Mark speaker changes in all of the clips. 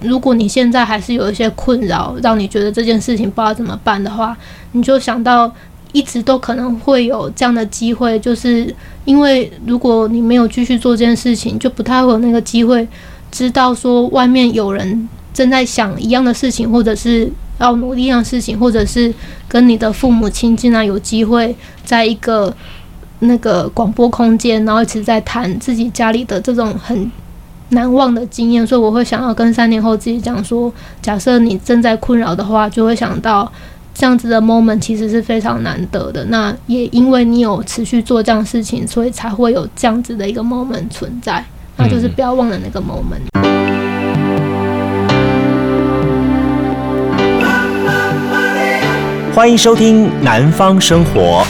Speaker 1: 如果你现在还是有一些困扰，让你觉得这件事情不知道怎么办的话，你就想到一直都可能会有这样的机会，就是因为如果你没有继续做这件事情，就不太会有那个机会知道说外面有人正在想一样的事情，或者是要努力一样的事情，或者是跟你的父母亲竟然有机会在一个那个广播空间，然后一直在谈自己家里的这种很难忘的经验，所以我会想要跟三年后自己讲说，假设你正在困扰的话，就会想到这样子的 moment 其实是非常难得的。那也因为你有持续做这样的事情，所以才会有这样子的一个 moment 存在。那就是不要忘了那个 moment。
Speaker 2: 欢迎收听《南方生活》。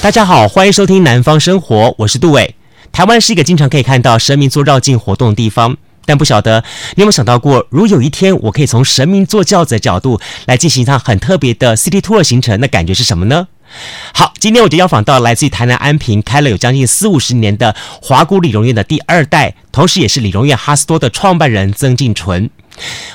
Speaker 2: 大家好，欢迎收听《南方生活》，我是杜伟。台湾是一个经常可以看到神明做绕境活动的地方，但不晓得你有没有想到过，如有一天我可以从神明做轿子的角度来进行一趟很特别的 City Tour 行程，那感觉是什么呢？好，今天我就邀访到来自于台南安平，开了有将近四五十年的华谷理容院的第二代，同时也是理容院哈斯多的创办人曾进纯。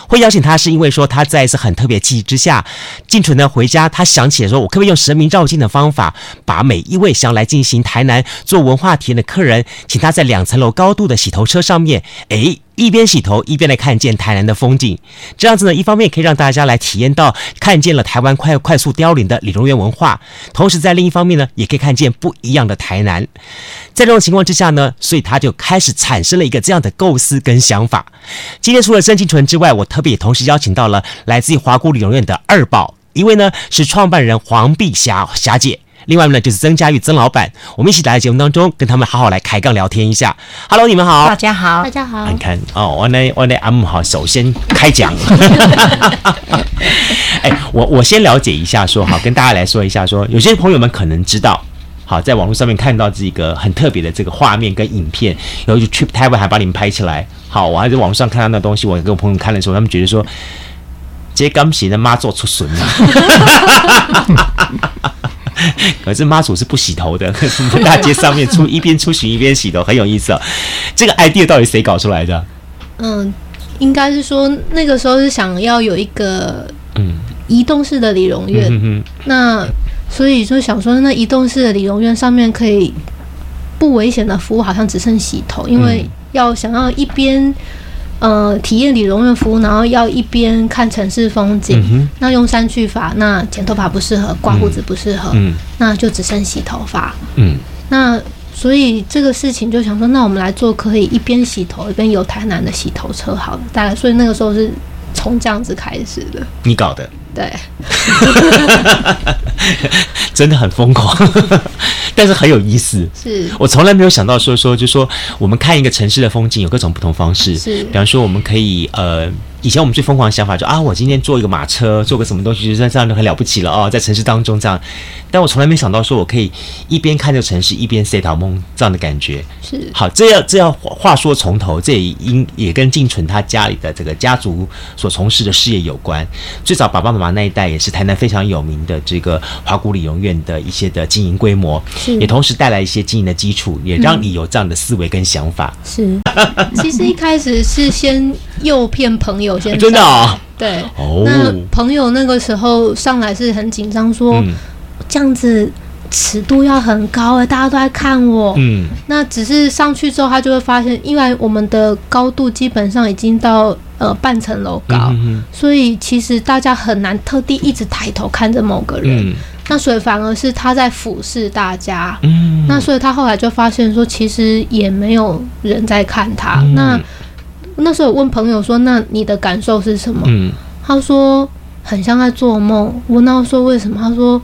Speaker 2: 会邀请他是因为说他在一次很特别的契机之下，进纯呢回家，他想起了说，我可不可以用神明绕境的方法，把每一位想要来进行台南做文化体验的客人，请他在两层楼高度的洗头车上面，诶。一边洗头一边来看见台南的风景，这样子呢，一方面可以让大家来体验到看见了台湾快快速凋零的理容院文化，同时在另一方面呢，也可以看见不一样的台南。在这种情况之下呢，所以他就开始产生了一个这样的构思跟想法。今天除了郑清纯之外，我特别也同时邀请到了来自于华谷理容院的二宝，一位呢是创办人黄碧霞霞姐。另外呢，就是曾佳玉曾老板，我们一起来到节目当中，跟他们好好来开杠聊天一下。Hello，你们好，
Speaker 3: 大家好
Speaker 1: 大，家好
Speaker 2: 你，看哦，我那我那阿姆好，首先开讲。哎，我我先了解一下说，好，跟大家来说一下说，有些朋友们可能知道，好，在网络上面看到这个很特别的这个画面跟影片，然后就 Trip Taiwan 还把你们拍起来。好，我还在网上看到那东西，我跟我朋友看的时候，他们觉得说，这刚洗的妈做出啊笋了。可是妈祖是不洗头的，可是在大街上面出一边出巡一边洗头，很有意思哦。这个 idea 到底谁搞出来的？
Speaker 1: 嗯，应该是说那个时候是想要有一个移动式的理容院，
Speaker 2: 嗯
Speaker 1: 那所以就想说，那移动式的理容院上面可以不危险的服务，好像只剩洗头，因为
Speaker 2: 嗯
Speaker 1: 要想要一边呃体验理容院服务，然后要一边看城市风景，
Speaker 2: 嗯哼
Speaker 1: 那用删去法，那剪头发不适合，刮胡子不适合，
Speaker 2: 嗯
Speaker 1: 那就只剩洗头发。
Speaker 2: 嗯
Speaker 1: 那所以这个事情就想说，那我们来做可以一边洗头一边有台南的洗头车好了，大概所以那个时候是从这样子开始的，
Speaker 2: 你搞的
Speaker 1: 对。
Speaker 2: 真的很疯狂， 但是很有意思。
Speaker 1: 是
Speaker 2: 我从来没有想到说说，就说我们看一个城市的风景有各种不同方式，
Speaker 1: 是
Speaker 2: 比方说我们可以呃，以前我们最疯狂的想法就啊，我今天坐一个马车，坐个什么东西，就是这样就很了不起了哦，在城市当中这样，但我从来没想到说我可以一边看这个城市，一边 say 梦这样的感觉，
Speaker 1: 是
Speaker 2: 好，这要这要话话说从头，这也因也跟静纯他家里的这个家族所从事的事业有关。最早爸爸妈妈那一代也是台南非常有名的这个华谷理容院的一些的经营规模，
Speaker 1: 是
Speaker 2: 也同时带来一些经营的基础，也让你有这样的思维跟想法。
Speaker 1: 是， 其实一开始是先诱骗朋友先上，
Speaker 2: 真的啊、
Speaker 1: 对。
Speaker 2: 哦，
Speaker 1: 那朋友那个时候上来是很紧张，说、
Speaker 2: 嗯
Speaker 1: 这样子尺度要很高哎，大家都在看我。
Speaker 2: 嗯
Speaker 1: 那只是上去之后，他就会发现，因为我们的高度基本上已经到呃半层楼高，
Speaker 2: 嗯
Speaker 1: 所以其实大家很难特地一直抬头看着某个人。
Speaker 2: 嗯
Speaker 1: 那所以反而是他在俯视大家。
Speaker 2: 嗯
Speaker 1: 那所以他后来就发现说，其实也没有人在看他。
Speaker 2: 嗯
Speaker 1: 那那时候我问朋友说：“那你的感受是什么？”
Speaker 2: 嗯
Speaker 1: 他说：“很像在做梦。”我那时候说：“为什么？”他说：“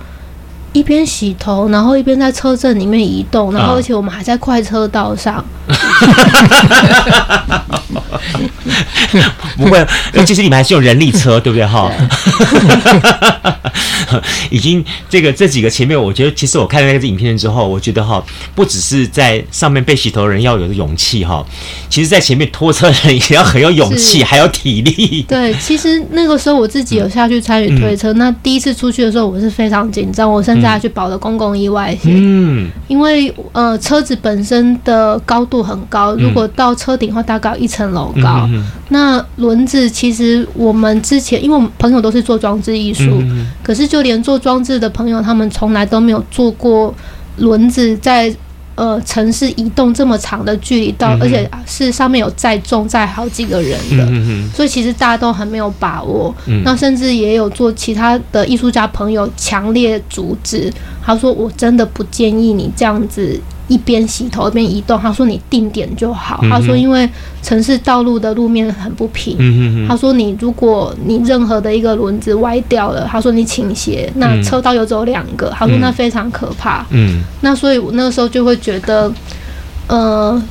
Speaker 1: 一边洗头，然后一边在车阵里面移动，然后
Speaker 2: 啊
Speaker 1: 而且我们还在快车道上。
Speaker 2: 不会，那其实你们还是有人 力车，对不对哈？ 已经这个这几个前面，我觉得其实我看了那个影片之后，我觉得哈，不只是在上面被洗头的人要有勇气哈，其实在前面拖车的人也要很有勇气，
Speaker 1: 是
Speaker 2: 还有体力。
Speaker 1: 对，其实那个时候我自己有下去参与推车，那第一次出去的时候我是非常紧张，我甚至还去保了公共意外险，
Speaker 2: 嗯，
Speaker 1: 因为呃车子本身的高度很高，如果到车顶的话大概有一层楼高，
Speaker 2: 嗯
Speaker 1: 那轮子其实我们之前因为我们朋友都是做装置艺术，
Speaker 2: 嗯
Speaker 1: 可是就连做装置的朋友，他们从来都没有做过轮子在呃城市移动这么长的距离到，
Speaker 2: 嗯哼
Speaker 1: 而且是上面有载重载好几个人的。
Speaker 2: 嗯
Speaker 1: 所以其实大家都很没有把握，
Speaker 2: 嗯
Speaker 1: 那甚至也有做其他的艺术家朋友强烈阻止，他说我真的不建议你这样子一边洗头一边移动，他说你定点就好，
Speaker 2: 嗯哼
Speaker 1: 他说因为城市道路的路面很不平，
Speaker 2: 嗯
Speaker 1: 他说：“你如果你任何的一个轮子歪掉了，他说你倾斜，那
Speaker 2: 嗯
Speaker 1: 车道又走两个，他说
Speaker 2: 嗯
Speaker 1: 那非常可怕。
Speaker 2: 嗯
Speaker 1: 那所以我那个时候就会觉得，呃，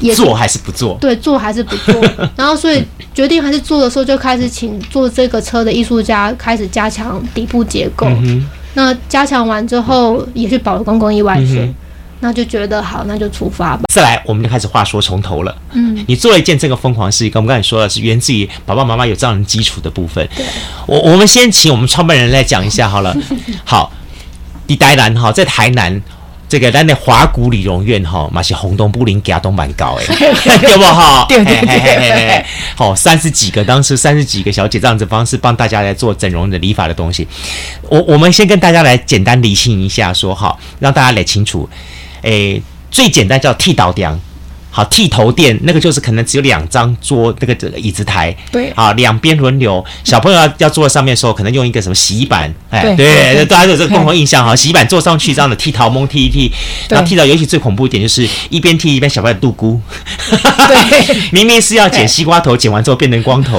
Speaker 1: 也
Speaker 2: 嗯，
Speaker 1: 是
Speaker 2: 做还是不做？
Speaker 1: 对做还是不 做。然后所以决定还是做的时候，就开始请做这个车的艺术家开始加强底部结构。
Speaker 2: 嗯
Speaker 1: 那加强完之后，也去保了公共意外险，
Speaker 2: 嗯哼
Speaker 1: 那就觉得好，那就出发吧。
Speaker 2: 再来，我们就开始话说从头了。
Speaker 1: 嗯，
Speaker 2: 你做了一件这个疯狂的事情，跟我们刚才说的是源自于爸爸妈妈有这样的基础的部分。我我们先请我们创办人来讲一下好了。好，你台南哈，在台南。这个咱的华谷理容院哈，嘛是红东布林给他都蛮高 诶，对不哈？
Speaker 3: 对对对
Speaker 2: 嘿嘿嘿嘿嘿好，三十几个，当时三十几个小姐这样子方式帮大家来做整容的理发的东西。我我们先跟大家来简单理清一下说好，让大家来清楚。诶，最简单叫剃刀梁，好，剃头店那个就是可能只有两张桌，那个椅子台，
Speaker 3: 对
Speaker 2: 好，两边轮流，小朋友要要坐在上面的时候，可能用一个什么洗衣板，哎，
Speaker 3: 对
Speaker 2: 对，
Speaker 3: 对对
Speaker 2: 大家都有这个共同印象哈，洗衣板坐上去这样的剃头蒙剃一剃，然后
Speaker 3: 对
Speaker 2: 剃到尤其最恐怖一点就是一边剃一边小朋友度菇，
Speaker 3: 对，
Speaker 2: 明明是要剪西瓜头，剪完之后变成光头，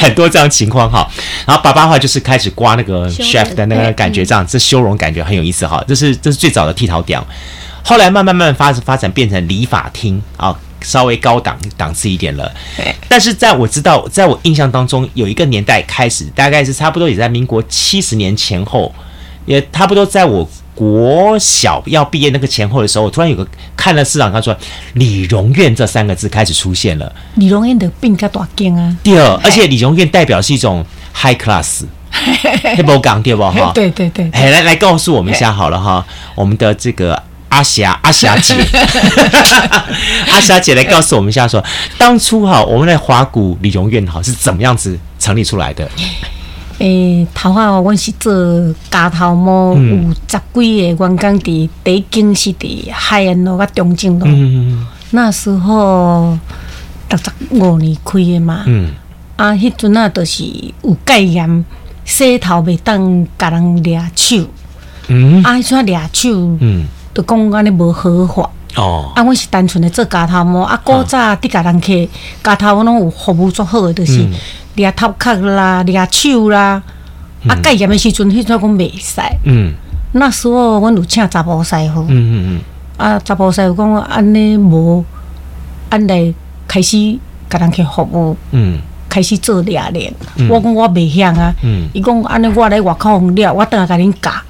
Speaker 2: 很多这样情况哈。然后爸爸的话就是开始刮那个
Speaker 1: 修
Speaker 2: chef 的那个
Speaker 1: 容
Speaker 2: 感觉，这样这修容感觉很有意思哈。这是这是最早的剃头屌，后来慢慢慢慢发发展变成理发厅啊。稍微高档档次一点了
Speaker 3: 对，
Speaker 2: 但是在我知道，在我印象当中，有一个年代开始，大概是差不多也在民国七十年前后，也差不多在我国小要毕业那个前后的时候，我突然有个看了市场，他说“理容院”这三个字开始出现了。
Speaker 3: 李容燕的病较大间啊，
Speaker 2: 第二，而且理容院代表是一种 high class，黑不港对不哈？
Speaker 3: 对对对，
Speaker 2: 哎，来来告诉我们一下好了哈，我们的这个阿霞阿霞姐，阿霞姐来告诉我们一下说，当初哈我们的华谷理容院哈是怎么样子成立出来的？
Speaker 3: 诶，头啊，阮是做家头毛，
Speaker 2: 嗯
Speaker 3: 有十几个员工伫第一间是伫海岸路甲中正路，
Speaker 2: 嗯
Speaker 3: 那时候六十五年开的嘛，
Speaker 2: 嗯
Speaker 3: 啊，迄阵啊，就是有戒严，洗头袂当甲人掠手，
Speaker 2: 嗯
Speaker 3: 啊，迄阵啊掠手，
Speaker 2: 嗯
Speaker 3: 就讲安尼无合法。
Speaker 2: 哦
Speaker 3: 啊，阮是单纯的做家头毛，啊，古早伫家人客家头毛拢有服务足好的，就是
Speaker 2: 嗯
Speaker 3: 掠头壳啦、掠手啦。啊，戒严的时阵，迄阵讲袂使。
Speaker 2: 嗯
Speaker 3: 那时候阮有请查甫师傅，
Speaker 2: 嗯嗯
Speaker 3: 啊，查甫师傅讲安尼无，安来开始甲人去服务，
Speaker 2: 嗯
Speaker 3: 开始做掠人。我讲我袂晓啊，
Speaker 2: 嗯
Speaker 3: 伊讲安尼我来外口互掠，我等下甲恁教。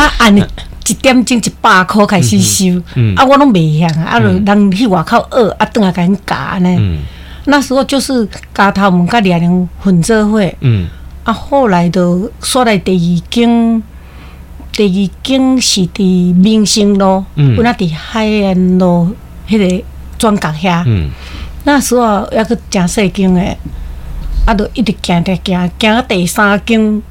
Speaker 3: 啊，安尼一点钟一百箍开始收，
Speaker 2: 嗯嗯
Speaker 3: 啊，我拢袂晓啊，啊，就人去外口学，啊，等下甲恁教安尼。
Speaker 2: 嗯
Speaker 3: 那时候就是家头门甲掠人混做伙。
Speaker 2: 嗯
Speaker 3: 啊，后来就煞来第二间，第二间是伫民生路，
Speaker 2: 嗯
Speaker 3: 有那伫海岸路迄、个转角遐。
Speaker 2: 嗯
Speaker 3: 那时候还阁诚细间的，啊，就一直行着行，行到第三间，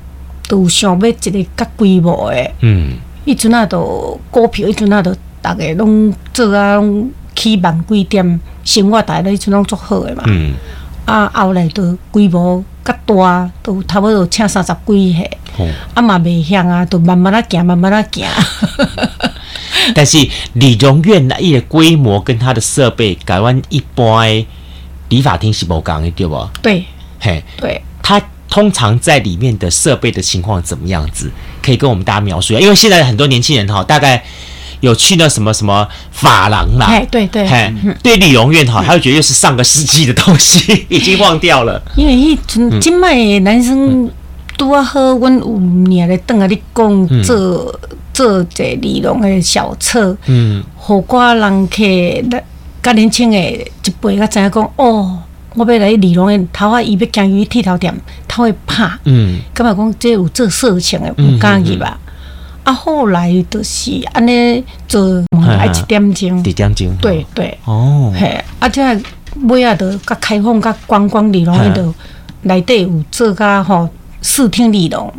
Speaker 3: 就想要一个较规模的。
Speaker 2: 嗯
Speaker 3: 迄阵啊，就股票，迄阵啊，就逐个拢做啊，拢起万几点，生活大家迄阵拢足好的嘛。
Speaker 2: 嗯，
Speaker 3: 啊，后来就规模较大，都差不多请三十几岁，
Speaker 2: 哦。
Speaker 3: 啊嘛袂晓啊，就慢慢啊行，慢慢啊行。
Speaker 2: 但是理容院那伊的规模跟它的设备，台湾一般的理发厅是无共的，对不？
Speaker 3: 对
Speaker 2: 嘿，
Speaker 3: 对，
Speaker 2: 它通常在里面的设备的情况怎么样子？可以跟我们大家描述一下，因为现在很多年轻人哈，大概。有去那什么什么法郎啦，
Speaker 3: 哎，对对，
Speaker 2: 啊嘿，对李荣院哈，他就觉得又是上个世纪的东西，已经忘掉了。
Speaker 3: 因为迄
Speaker 2: 嗯
Speaker 3: 阵即摆的男生拄啊好，阮有娘咧转来啊咧讲做做者理容的小册，
Speaker 2: 嗯，
Speaker 3: 互我人客咱较年轻的一辈较知影讲哦。我要来理容的头啊，伊要行去剃头店，头会拍。
Speaker 2: 嗯，
Speaker 3: 感觉讲这有做色情的，
Speaker 2: 嗯
Speaker 3: 毋敢入吧。啊，后来就是安尼做，
Speaker 2: 哎
Speaker 3: 爱一点钟。
Speaker 2: 李将军。
Speaker 3: 对对，
Speaker 2: 哦，
Speaker 3: 嘿，啊，即个尾啊，就较开放、较观光理容，
Speaker 2: 嗯
Speaker 3: 迄就内底有做甲吼视听理容，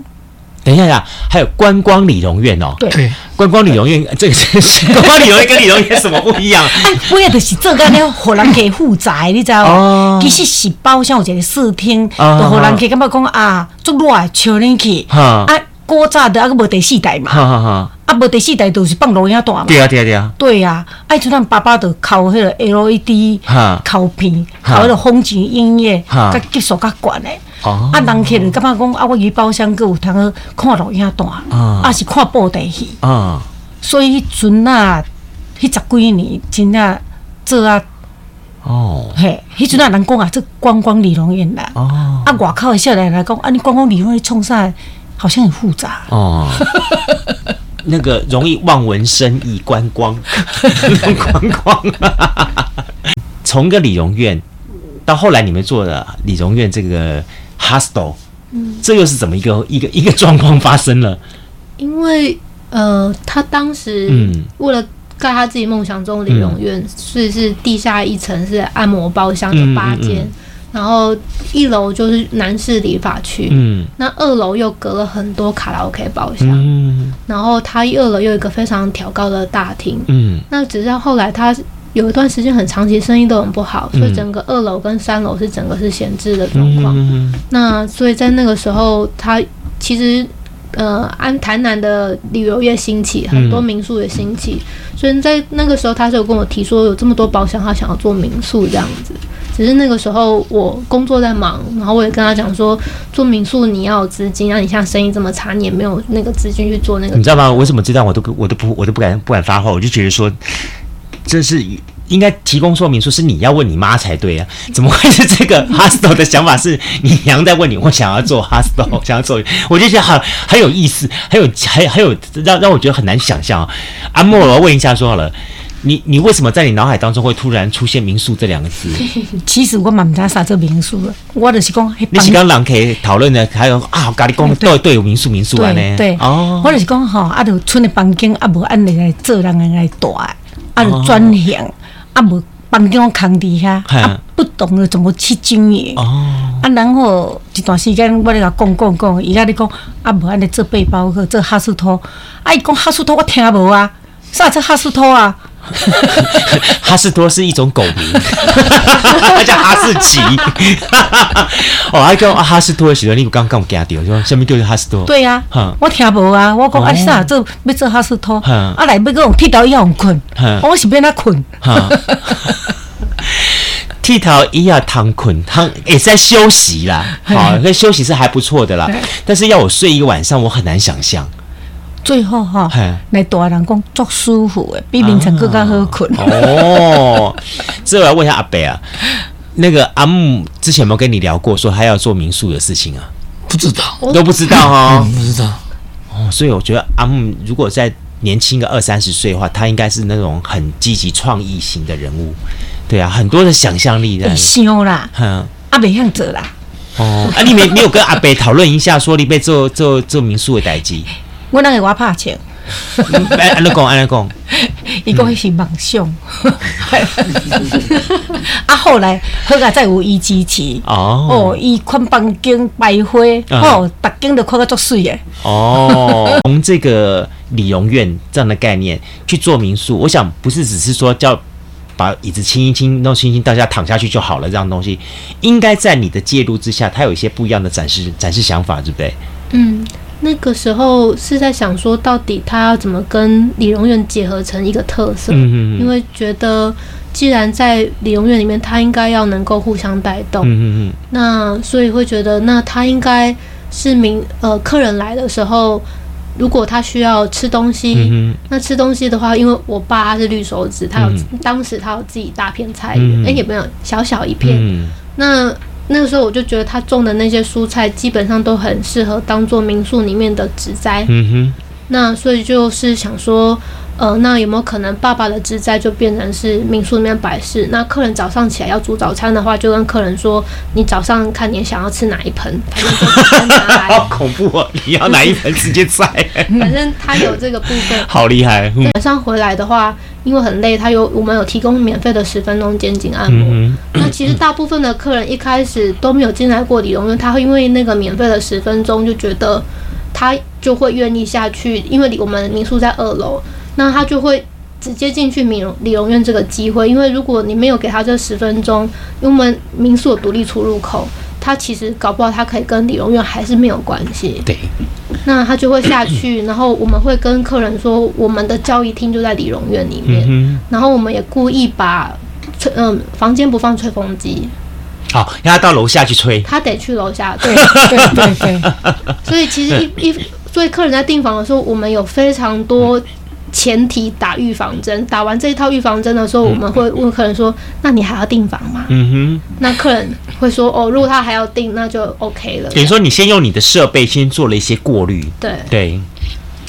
Speaker 2: 等一下呀，还有观光李荣院哦。
Speaker 3: 对。啊
Speaker 4: 对，
Speaker 2: 观光李荣院， 这个真是观光李荣院跟李荣院什么不一样？
Speaker 3: 啊，尾啊，就是做甲咧，互人家负债，你知无？
Speaker 2: 哦
Speaker 3: 其实是包厢有一个视听，
Speaker 2: 啊
Speaker 3: 就互人家感觉讲啊，足热的，笑恁去。
Speaker 2: 哦哈
Speaker 3: 啊，古早的啊，佫无第四代嘛，
Speaker 2: 哈哈哈，
Speaker 3: 啊，无第四代就是放录影带嘛。
Speaker 2: 对啊对啊对啊，
Speaker 3: 对啊，爱像咱爸爸就靠迄个 LED
Speaker 2: 哈
Speaker 3: 靠片，
Speaker 2: 哈
Speaker 3: 靠迄个风景音乐，
Speaker 2: 哈
Speaker 3: 甲技术较悬的。
Speaker 2: 哦
Speaker 3: 啊，人客就感觉讲啊，我去包厢阁有通去看录影带，
Speaker 2: 啊
Speaker 3: 啊是看布袋戏，
Speaker 2: 啊，
Speaker 3: 所以迄阵啊，迄十几年真正做啊，
Speaker 2: 哦
Speaker 3: 嘿，迄阵啊人讲啊，这观光理容院啦，
Speaker 2: 哦
Speaker 3: 啊外口的少年来讲，啊你观光理容院创啥，好像很复杂。
Speaker 2: 哦， 那个容易望文生义，观光 观光。 从一个李荣院到后来你们做了李荣院这个 hostel，这又是怎么一个一个一个状况发生了？
Speaker 1: 因为呃，他当时
Speaker 2: 嗯
Speaker 1: 为了盖他自己梦想中的理容院，所以是地下一层是按摩包厢有八
Speaker 2: 嗯嗯
Speaker 1: 间，
Speaker 2: 嗯
Speaker 1: 然后一楼就是男士理发区，
Speaker 2: 嗯
Speaker 1: 那二楼又隔了很多卡拉 OK 包厢，
Speaker 2: 嗯
Speaker 1: 然后他一二楼又有一个非常挑高的大厅，
Speaker 2: 嗯
Speaker 1: 那只是后来他。有一段时间很长期生意都很不好，所以整个二楼跟三楼是整个是闲置的状况。
Speaker 2: 嗯
Speaker 1: 那所以在那个时候，他其实呃，安台南的旅游业兴起，很多民宿也兴起，所以在那个时候，他是有跟我提说有这么多包厢，他想要做民宿这样子。只是那个时候我工作在忙，然后我也跟他讲说，做民宿你要有资金，那你现在生意这么差，你也没有那个资金去做那个
Speaker 2: 你。知道吗？为什么这段我都不我都不我都不敢不敢发话？我就觉得说，这是应该提供说明书，是你要问你妈才对啊！怎么会是这个 hostel 的想法是你娘在问你？我想要做 hostel，想要做，我就觉得很很有意思，很有很很有让让我觉得很难想象啊！阿莫，我要问一下说好了。你你为什么在你脑海当中会突然出现民宿这两个字？
Speaker 3: 其实我嘛毋知啥做民宿了，我就是讲迄
Speaker 2: 你是刚朗可以讨论的，还有啊，我跟你讲，对对，有民宿民宿啊
Speaker 3: 对
Speaker 2: 呢，
Speaker 3: 对，
Speaker 2: 哦
Speaker 3: 我，就是讲吼，啊，就剩的房间啊，无按来做人来住的，啊，就转型，啊，无房间空伫遐，
Speaker 2: 嘿
Speaker 3: 啊，不懂得怎么去经营。
Speaker 2: 哦，
Speaker 3: 啊，然后一段时间我咧甲讲讲讲，伊甲咧讲啊，无安尼做背包去做哈斯托，啊，伊讲哈斯托我听无啊，啥叫哈斯托啊？
Speaker 2: 哈士多是一种狗名，它叫哈士奇。哦，还讲啊哈士多的时候，你刚刚有惊到，说什么叫做哈士多？
Speaker 3: 对啊
Speaker 2: 哼，
Speaker 3: 我听无啊，我讲
Speaker 2: 哦
Speaker 3: 啊，你啥做要做哈斯托，
Speaker 2: 哼
Speaker 3: 啊，来要讲剃头伊也用困
Speaker 2: 哼，
Speaker 3: 我是要哪困？
Speaker 2: 哈，剃头伊要躺困，躺也是在休息啦。好，那休息是还不错的啦，但是要我睡一个晚上，我很难想象。
Speaker 3: 最后吼
Speaker 2: 嘿，
Speaker 3: 来大人讲足舒服的，比凌晨更较好困。
Speaker 2: 啊 哦，这我要问一下阿北啊，那个阿木之前有没有跟你聊过，说他要做民宿的事情啊？
Speaker 4: 不知道，
Speaker 2: 都不知道哦。
Speaker 4: 不知道，
Speaker 2: 哦，所以我觉得阿木如果再年轻个二三十岁的话，他应该是那种很积极创意型的人物，对啊，很多的想象力的
Speaker 3: 会，想啦，
Speaker 2: 嗯，
Speaker 3: 啊袂晓做啦。
Speaker 2: 哦，啊，你没没有跟阿北讨论一下，说你被做做做民宿的代志？
Speaker 3: 我那个我拍枪，
Speaker 2: 嗯哎，安乐讲，安乐讲，
Speaker 3: 伊
Speaker 2: 嗯
Speaker 3: 讲迄是梦想。 啊，后来好个再有伊支持。
Speaker 2: 哦
Speaker 3: 哦，伊看房间摆花，
Speaker 2: 嗯
Speaker 3: 哦，逐间都看到足 水的。
Speaker 2: 哦，从这个理容院这样的概念去做民宿，我想不是只是说叫把椅子清一清、弄清一清，大家躺下去就好了这样东西，应该在你的介入之下，它有一些不一样的展示展示想法，对不对？
Speaker 1: 嗯，那个时候是在想说，到底他要怎么跟理容院结合成一个特色？
Speaker 2: 嗯嗯嗯
Speaker 1: 因为觉得既然在理容院里面，他应该要能够互相带动，
Speaker 2: 嗯嗯嗯。
Speaker 1: 那所以会觉得，那他应该是明呃客人来的时候，如果他需要吃东西，
Speaker 2: 嗯
Speaker 1: 那吃东西的话，因为我爸他是绿手指，他有、当时他有自己大片菜园，
Speaker 2: 嗯
Speaker 1: 哎、也没有小小一
Speaker 2: 哼，
Speaker 1: 片。
Speaker 2: 嗯
Speaker 1: 那那个时候我就觉得他种的那些蔬菜基本上都很适合当做民宿里面的植栽。
Speaker 2: 嗯
Speaker 1: 那所以就是想说，呃，那有没有可能爸爸的职责就变成是民宿里面摆饰？那客人早上起来要煮早餐的话，就跟客人说，你早上看你想要吃哪一盆，反正就直接拿
Speaker 2: 哼，好
Speaker 1: 来，
Speaker 2: 恐怖哦！你要拿一盆直接菜，
Speaker 1: 反正他有这个部分。
Speaker 2: 好厉害，嗯
Speaker 1: 晚上回来的话，因为很累，他有我们有提供免费的十分钟肩颈按摩。
Speaker 2: 嗯
Speaker 1: 那其实大部分的客人一开始都没有进来过理容院，他会因为那个免费的十分钟就觉得他就会愿意下去，因为离我们民宿在二楼，那他就会直接进去美容理容院这个机会。因为如果你没有给他这十分钟，因为我们民宿有独立出入口，他其实搞不好他可以跟理容院还是没有关系
Speaker 2: 哼，。对，
Speaker 1: 那他就会下 去，然后我们会跟客人说，我们的交易厅就在理容院里面。
Speaker 2: 嗯
Speaker 1: 然后我们也故意把吹嗯、房间不放吹风机，
Speaker 2: 哼，好，让他到楼下去吹，
Speaker 1: 他得去楼 下。
Speaker 3: 对
Speaker 1: 对，
Speaker 3: 对对对，
Speaker 1: 所以其实一一所以客人在订房的时候，我们有非常多前提打预防针。打完这一套预防针的时候，我们会问客人说：“那你还要订房吗
Speaker 2: 嗯？”
Speaker 1: 那客人会说：“哦，如果他还要订，那就 OK 了
Speaker 2: 哼，。等于说你先用你的设备先做了一些过滤，”
Speaker 1: 对，
Speaker 2: 对，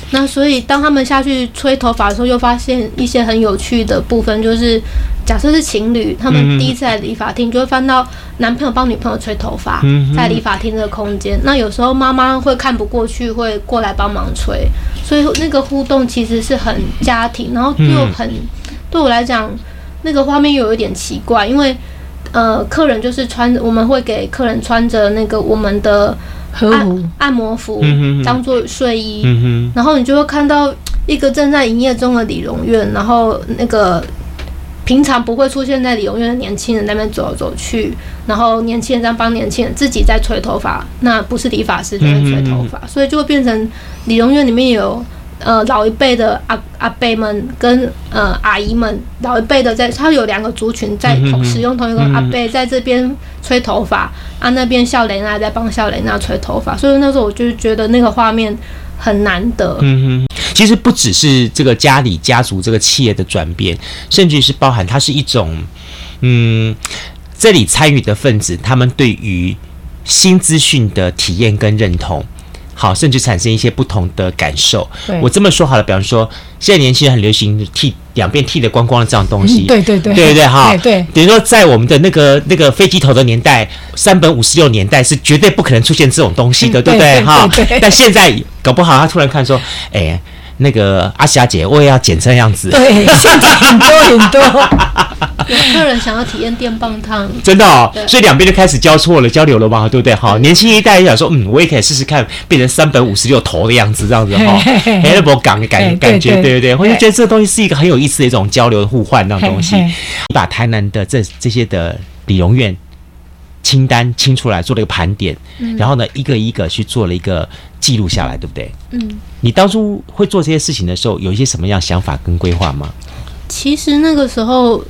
Speaker 1: 那所以当他们下去吹头发的时候，又发现一些很有趣的部分，就是假设是情侣，他
Speaker 2: 嗯
Speaker 1: 们第一次来理发厅，就会翻到男朋友帮女朋友吹头发
Speaker 2: 嗯，哼
Speaker 1: 在理发厅的空间。那有时候妈妈会看不过去，会过来帮忙吹，所以那个互动其实是很家庭，然后又很、对我来讲，那个画面又有一点奇怪，因为。呃，客人就是穿，我们会给客人穿着那个我们的
Speaker 2: 啊
Speaker 3: 呵护
Speaker 1: 按按摩服
Speaker 2: 嗯哼哼
Speaker 1: 当做睡衣，
Speaker 2: 嗯
Speaker 1: 然后你就会看到一个正在营业中的理容院，然后那个平常不会出现在理容院的年轻人在那边走来走去，然后年轻人在帮年轻人自己在吹头发，那不是理发师在那边吹头
Speaker 2: 嗯
Speaker 1: 发，所以就会变成理容院里面有。呃，老一辈的阿阿伯们跟呃阿姨们，老一辈的在，他有两个族群在
Speaker 2: 嗯哼
Speaker 1: 同
Speaker 2: 哼
Speaker 1: 使用同一个阿伯在这边吹头发，啊那边笑雷娜在帮笑雷娜吹头发，所以那时候我就觉得那个画面很难得。
Speaker 2: 哼，嗯哼，其实不只是这个家里家族这个企业的转变，甚至是包含它是一种，嗯，这里参与的分子他们对于新资讯的体验跟认同。好，甚至产生一些不同的感受。
Speaker 3: 对
Speaker 2: 我这么说好了，比方说，现在年轻人很流行剃两边剃的光光的这样东西，
Speaker 3: 嗯对对对
Speaker 2: 对不对哈
Speaker 3: 对，对
Speaker 2: 等于说在我们的那个那个飞机头的年代，三本五十六年代是绝对不可能出现这种东西的，
Speaker 3: 嗯
Speaker 2: 对不对
Speaker 3: 对
Speaker 2: 哈
Speaker 3: 对对？
Speaker 2: 但现在搞不好他突然看说，哎，那个阿霞姐，我也要剪这样子，
Speaker 3: 对，现在很多很多。
Speaker 1: 有客人想要体验电棒烫，
Speaker 2: 真的哦，
Speaker 1: 对
Speaker 2: 所以两边就开始交错了、交流了嘛，对不对？哈，年轻一代也想说，嗯，我也可以试试看，变成三本五十六头的样子，这样子哈
Speaker 3: 嘿嘿嘿
Speaker 2: ，Hello 港的
Speaker 3: 嘿
Speaker 2: 感
Speaker 3: 对
Speaker 2: 感觉，
Speaker 3: 对
Speaker 2: 对不对？我就
Speaker 3: 对
Speaker 2: 觉得这个东西是一个很有意思的一种交流互换那种东西。
Speaker 3: 嘿嘿
Speaker 2: 你把台南的这这些的理容院清单清出来，做了一个盘点，
Speaker 3: 嗯
Speaker 2: 然后呢，一个一个去做了一个记录下来，对不对？
Speaker 1: 嗯，
Speaker 2: 你当初会做这些事情的时候，有一些什么样的想法跟规划吗？
Speaker 1: 其实那个时候，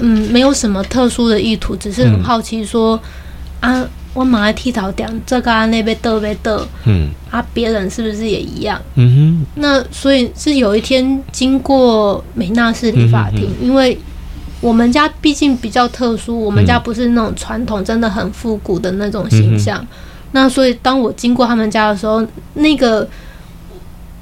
Speaker 1: 嗯，没有什么特殊的意图，只是很好奇说，啊，我马来剃头店这个啊那边得被得，
Speaker 2: 嗯
Speaker 1: 啊，别人是不是也一样？
Speaker 2: 嗯
Speaker 1: 那所以是有一天经过美纳士理发
Speaker 2: 嗯
Speaker 1: 厅，因为我们家毕竟比较特殊，我们家不是那种传统，真的很复古的那种形
Speaker 2: 嗯
Speaker 1: 象。那所以当我经过他们家的时候，那个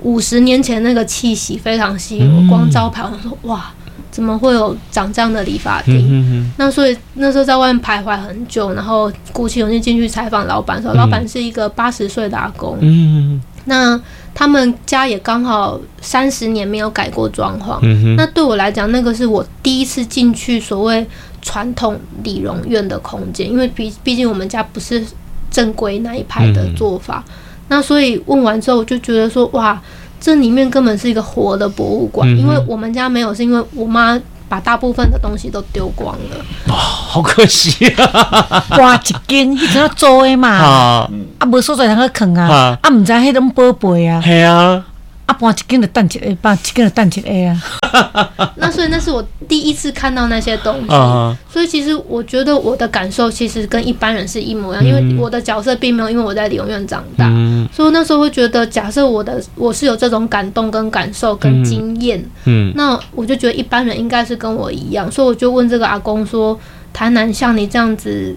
Speaker 1: 五十年前那个气息非常吸引
Speaker 2: 嗯
Speaker 1: 我，光招牌我说哇，怎么会有长这样的理发
Speaker 2: 哼
Speaker 1: 厅？
Speaker 2: 嗯
Speaker 1: 那所以那时候在外面徘徊很久，然后鼓起勇气进去采访老
Speaker 2: 嗯
Speaker 1: 板的时候，老板是一个八十岁的阿公
Speaker 2: 哼，嗯
Speaker 1: 那他们家也刚好三十年没有改过装潢。
Speaker 2: 嗯哼。
Speaker 1: 那对我来讲，那个是我第一次进去所谓传统理容院的空间，因为毕毕竟我们家不是正规那一派的做法。
Speaker 2: 嗯
Speaker 1: 那所以问完之后，我就觉得说，哇，这里面根本是一个活的博物馆，
Speaker 2: 嗯哼
Speaker 1: 因为我们家没有，是因为我妈把大部分的东西都丢光了。
Speaker 2: 好可惜啊！
Speaker 3: 挂一间，迄阵啊租的嘛，
Speaker 2: 啊，
Speaker 3: 嗯啊无所在通去藏
Speaker 2: 啊
Speaker 3: 啊，啊毋知迄种宝贝啊，
Speaker 2: 系啊，
Speaker 3: 啊，搬一间就等一下，搬一间就等一下啊。
Speaker 1: 那所以那是我第一次看到那些东西，
Speaker 2: 啊
Speaker 1: 所以其实我觉得我的感受其实跟一般人是一模一样，因为我的角色并没有因为我在留院长大，
Speaker 2: 嗯
Speaker 1: 所以那时候会觉得，假设我的我是有这种感动跟感受跟经验，
Speaker 2: 嗯
Speaker 1: 那我就觉得一般人应该是跟我一样，所以我就问这个阿公说，台南像你这样子，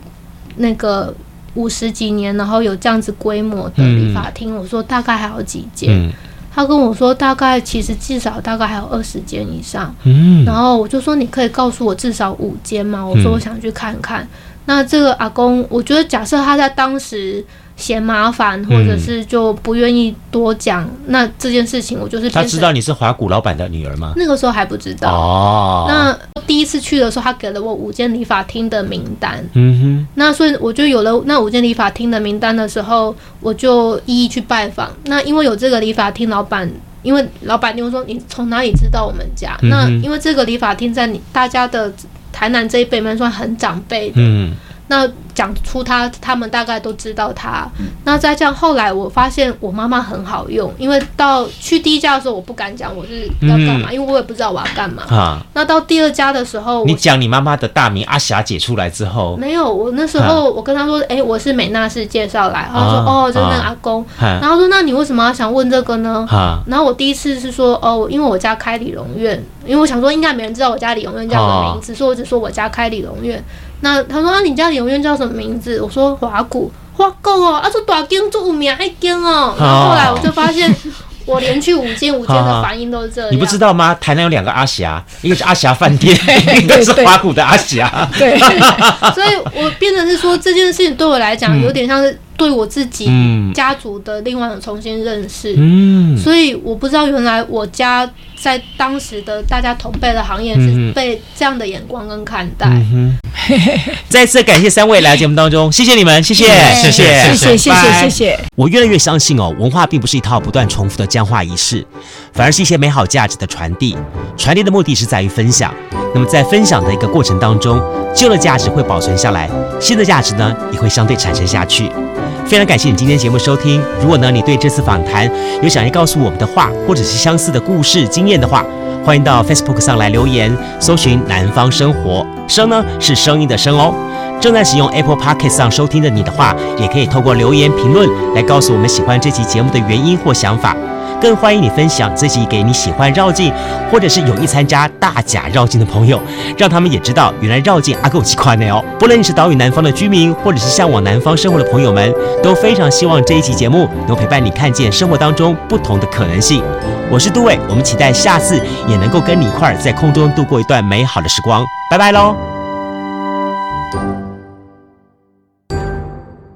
Speaker 1: 那个五十几年，然后有这样子规模的理发厅，我说大概还有几间，
Speaker 2: 嗯
Speaker 1: 他跟我说大概其实至少大概还有二十间以上，
Speaker 2: 嗯
Speaker 1: 然后我就说你可以告诉我至少五间吗？我说我想去看看。那这个阿公，我觉得假设他在当时嫌麻烦，或者是就不愿意多讲，那这件事情我就是
Speaker 2: 他
Speaker 1: 变
Speaker 2: 知
Speaker 1: 成
Speaker 2: 道你是华谷老板的女儿吗？
Speaker 1: 那个时候还不知道。
Speaker 2: 哦，
Speaker 1: 那第一次去的时候，他给了我五间理发厅的名单。
Speaker 2: 嗯
Speaker 1: 那所以我就有了那五间理发厅的名单的时候，我就一一去拜访。那因为有这个理发厅老板，因为老板就说你从哪里知道我们家？
Speaker 2: 嗯哼
Speaker 1: 那因为这个理发厅在你大家的台南这一辈里面算很长辈
Speaker 2: 哼，嗯
Speaker 1: 那讲出他他们大概都知道他。
Speaker 2: 嗯
Speaker 1: 那再这样后来我发现我妈妈很好用，因为到去第一家的时候我不敢讲我是要干
Speaker 2: 嗯
Speaker 1: 嘛，因为我也不知道我要干嘛。
Speaker 2: 啊，
Speaker 1: 那到第二家的时候，我
Speaker 2: 你讲你妈妈的大名阿霞姐出来之后，
Speaker 1: 没有，我那时候我跟他说，哎、我是美娜氏介绍来，然后他说、
Speaker 2: 啊
Speaker 1: 哦，就是那个
Speaker 2: 啊
Speaker 1: 阿公，
Speaker 2: 哈
Speaker 1: 然后他说那你为什么要想问这个呢？
Speaker 2: 哈
Speaker 1: 然后我第一次是说哦，因为我家开理容院，因为我想说应该没人知道我家理容院叫什么
Speaker 2: 哦
Speaker 1: 名字，所以我只说我家开理容院。那他说啊，你家理容院叫什么名字？我说华谷，华谷哦，啊，这大间做有名一间哦。然后后来我就发现，我连去五间五间的反应都是这样。
Speaker 2: 啊你不知道吗？台南有两个阿霞，一个是阿霞饭店，一个是华谷的阿霞。
Speaker 3: 对，
Speaker 1: 所以我变成是说这件事情对我来讲，有点像是对我自己
Speaker 2: 嗯
Speaker 1: 家族的另外一种重新认识。
Speaker 2: 嗯
Speaker 1: 所以我不知道原来我家在当时的大家同辈的行业
Speaker 2: 嗯
Speaker 1: 是被这样的眼光跟看待。
Speaker 2: 再次感谢三位来节目当中，谢谢你们，谢谢，
Speaker 1: 谢
Speaker 3: 谢谢谢谢
Speaker 2: 拜
Speaker 3: 谢谢。
Speaker 2: 我越来越相信哦，文化并不是一套不断重复的僵化仪式，反而是一些美好价值的传递。传递的目的是在于分享。那么在分享的一个过程当中，旧的价值会保存下来，新的价值呢也会相对产生下去。非常感谢你今天节目收听。如果呢你对这次访谈有想要告诉我们的话，或者是相似的故事经验的话，欢迎到 Facebook 上来留言，搜寻“南方生活”，声呢是声音的声哦。正在使用 Apple Podcast 上收听的你的话，也可以透过留言评论来告诉我们喜欢这期节目的原因或想法。更欢迎你分享这集给你喜欢绕境，或者是有意参加大甲绕境的朋友，让他们也知道原来绕境阿够奇快呢哦。不论你是岛屿南方的居民，或者是向往南方生活的朋友们，都非常希望这一期节目能陪伴你看见生活当中不同的可能性。我是杜伟，我们期待下次也能够跟你一块儿在空中度过一段美好的时光。拜拜喽！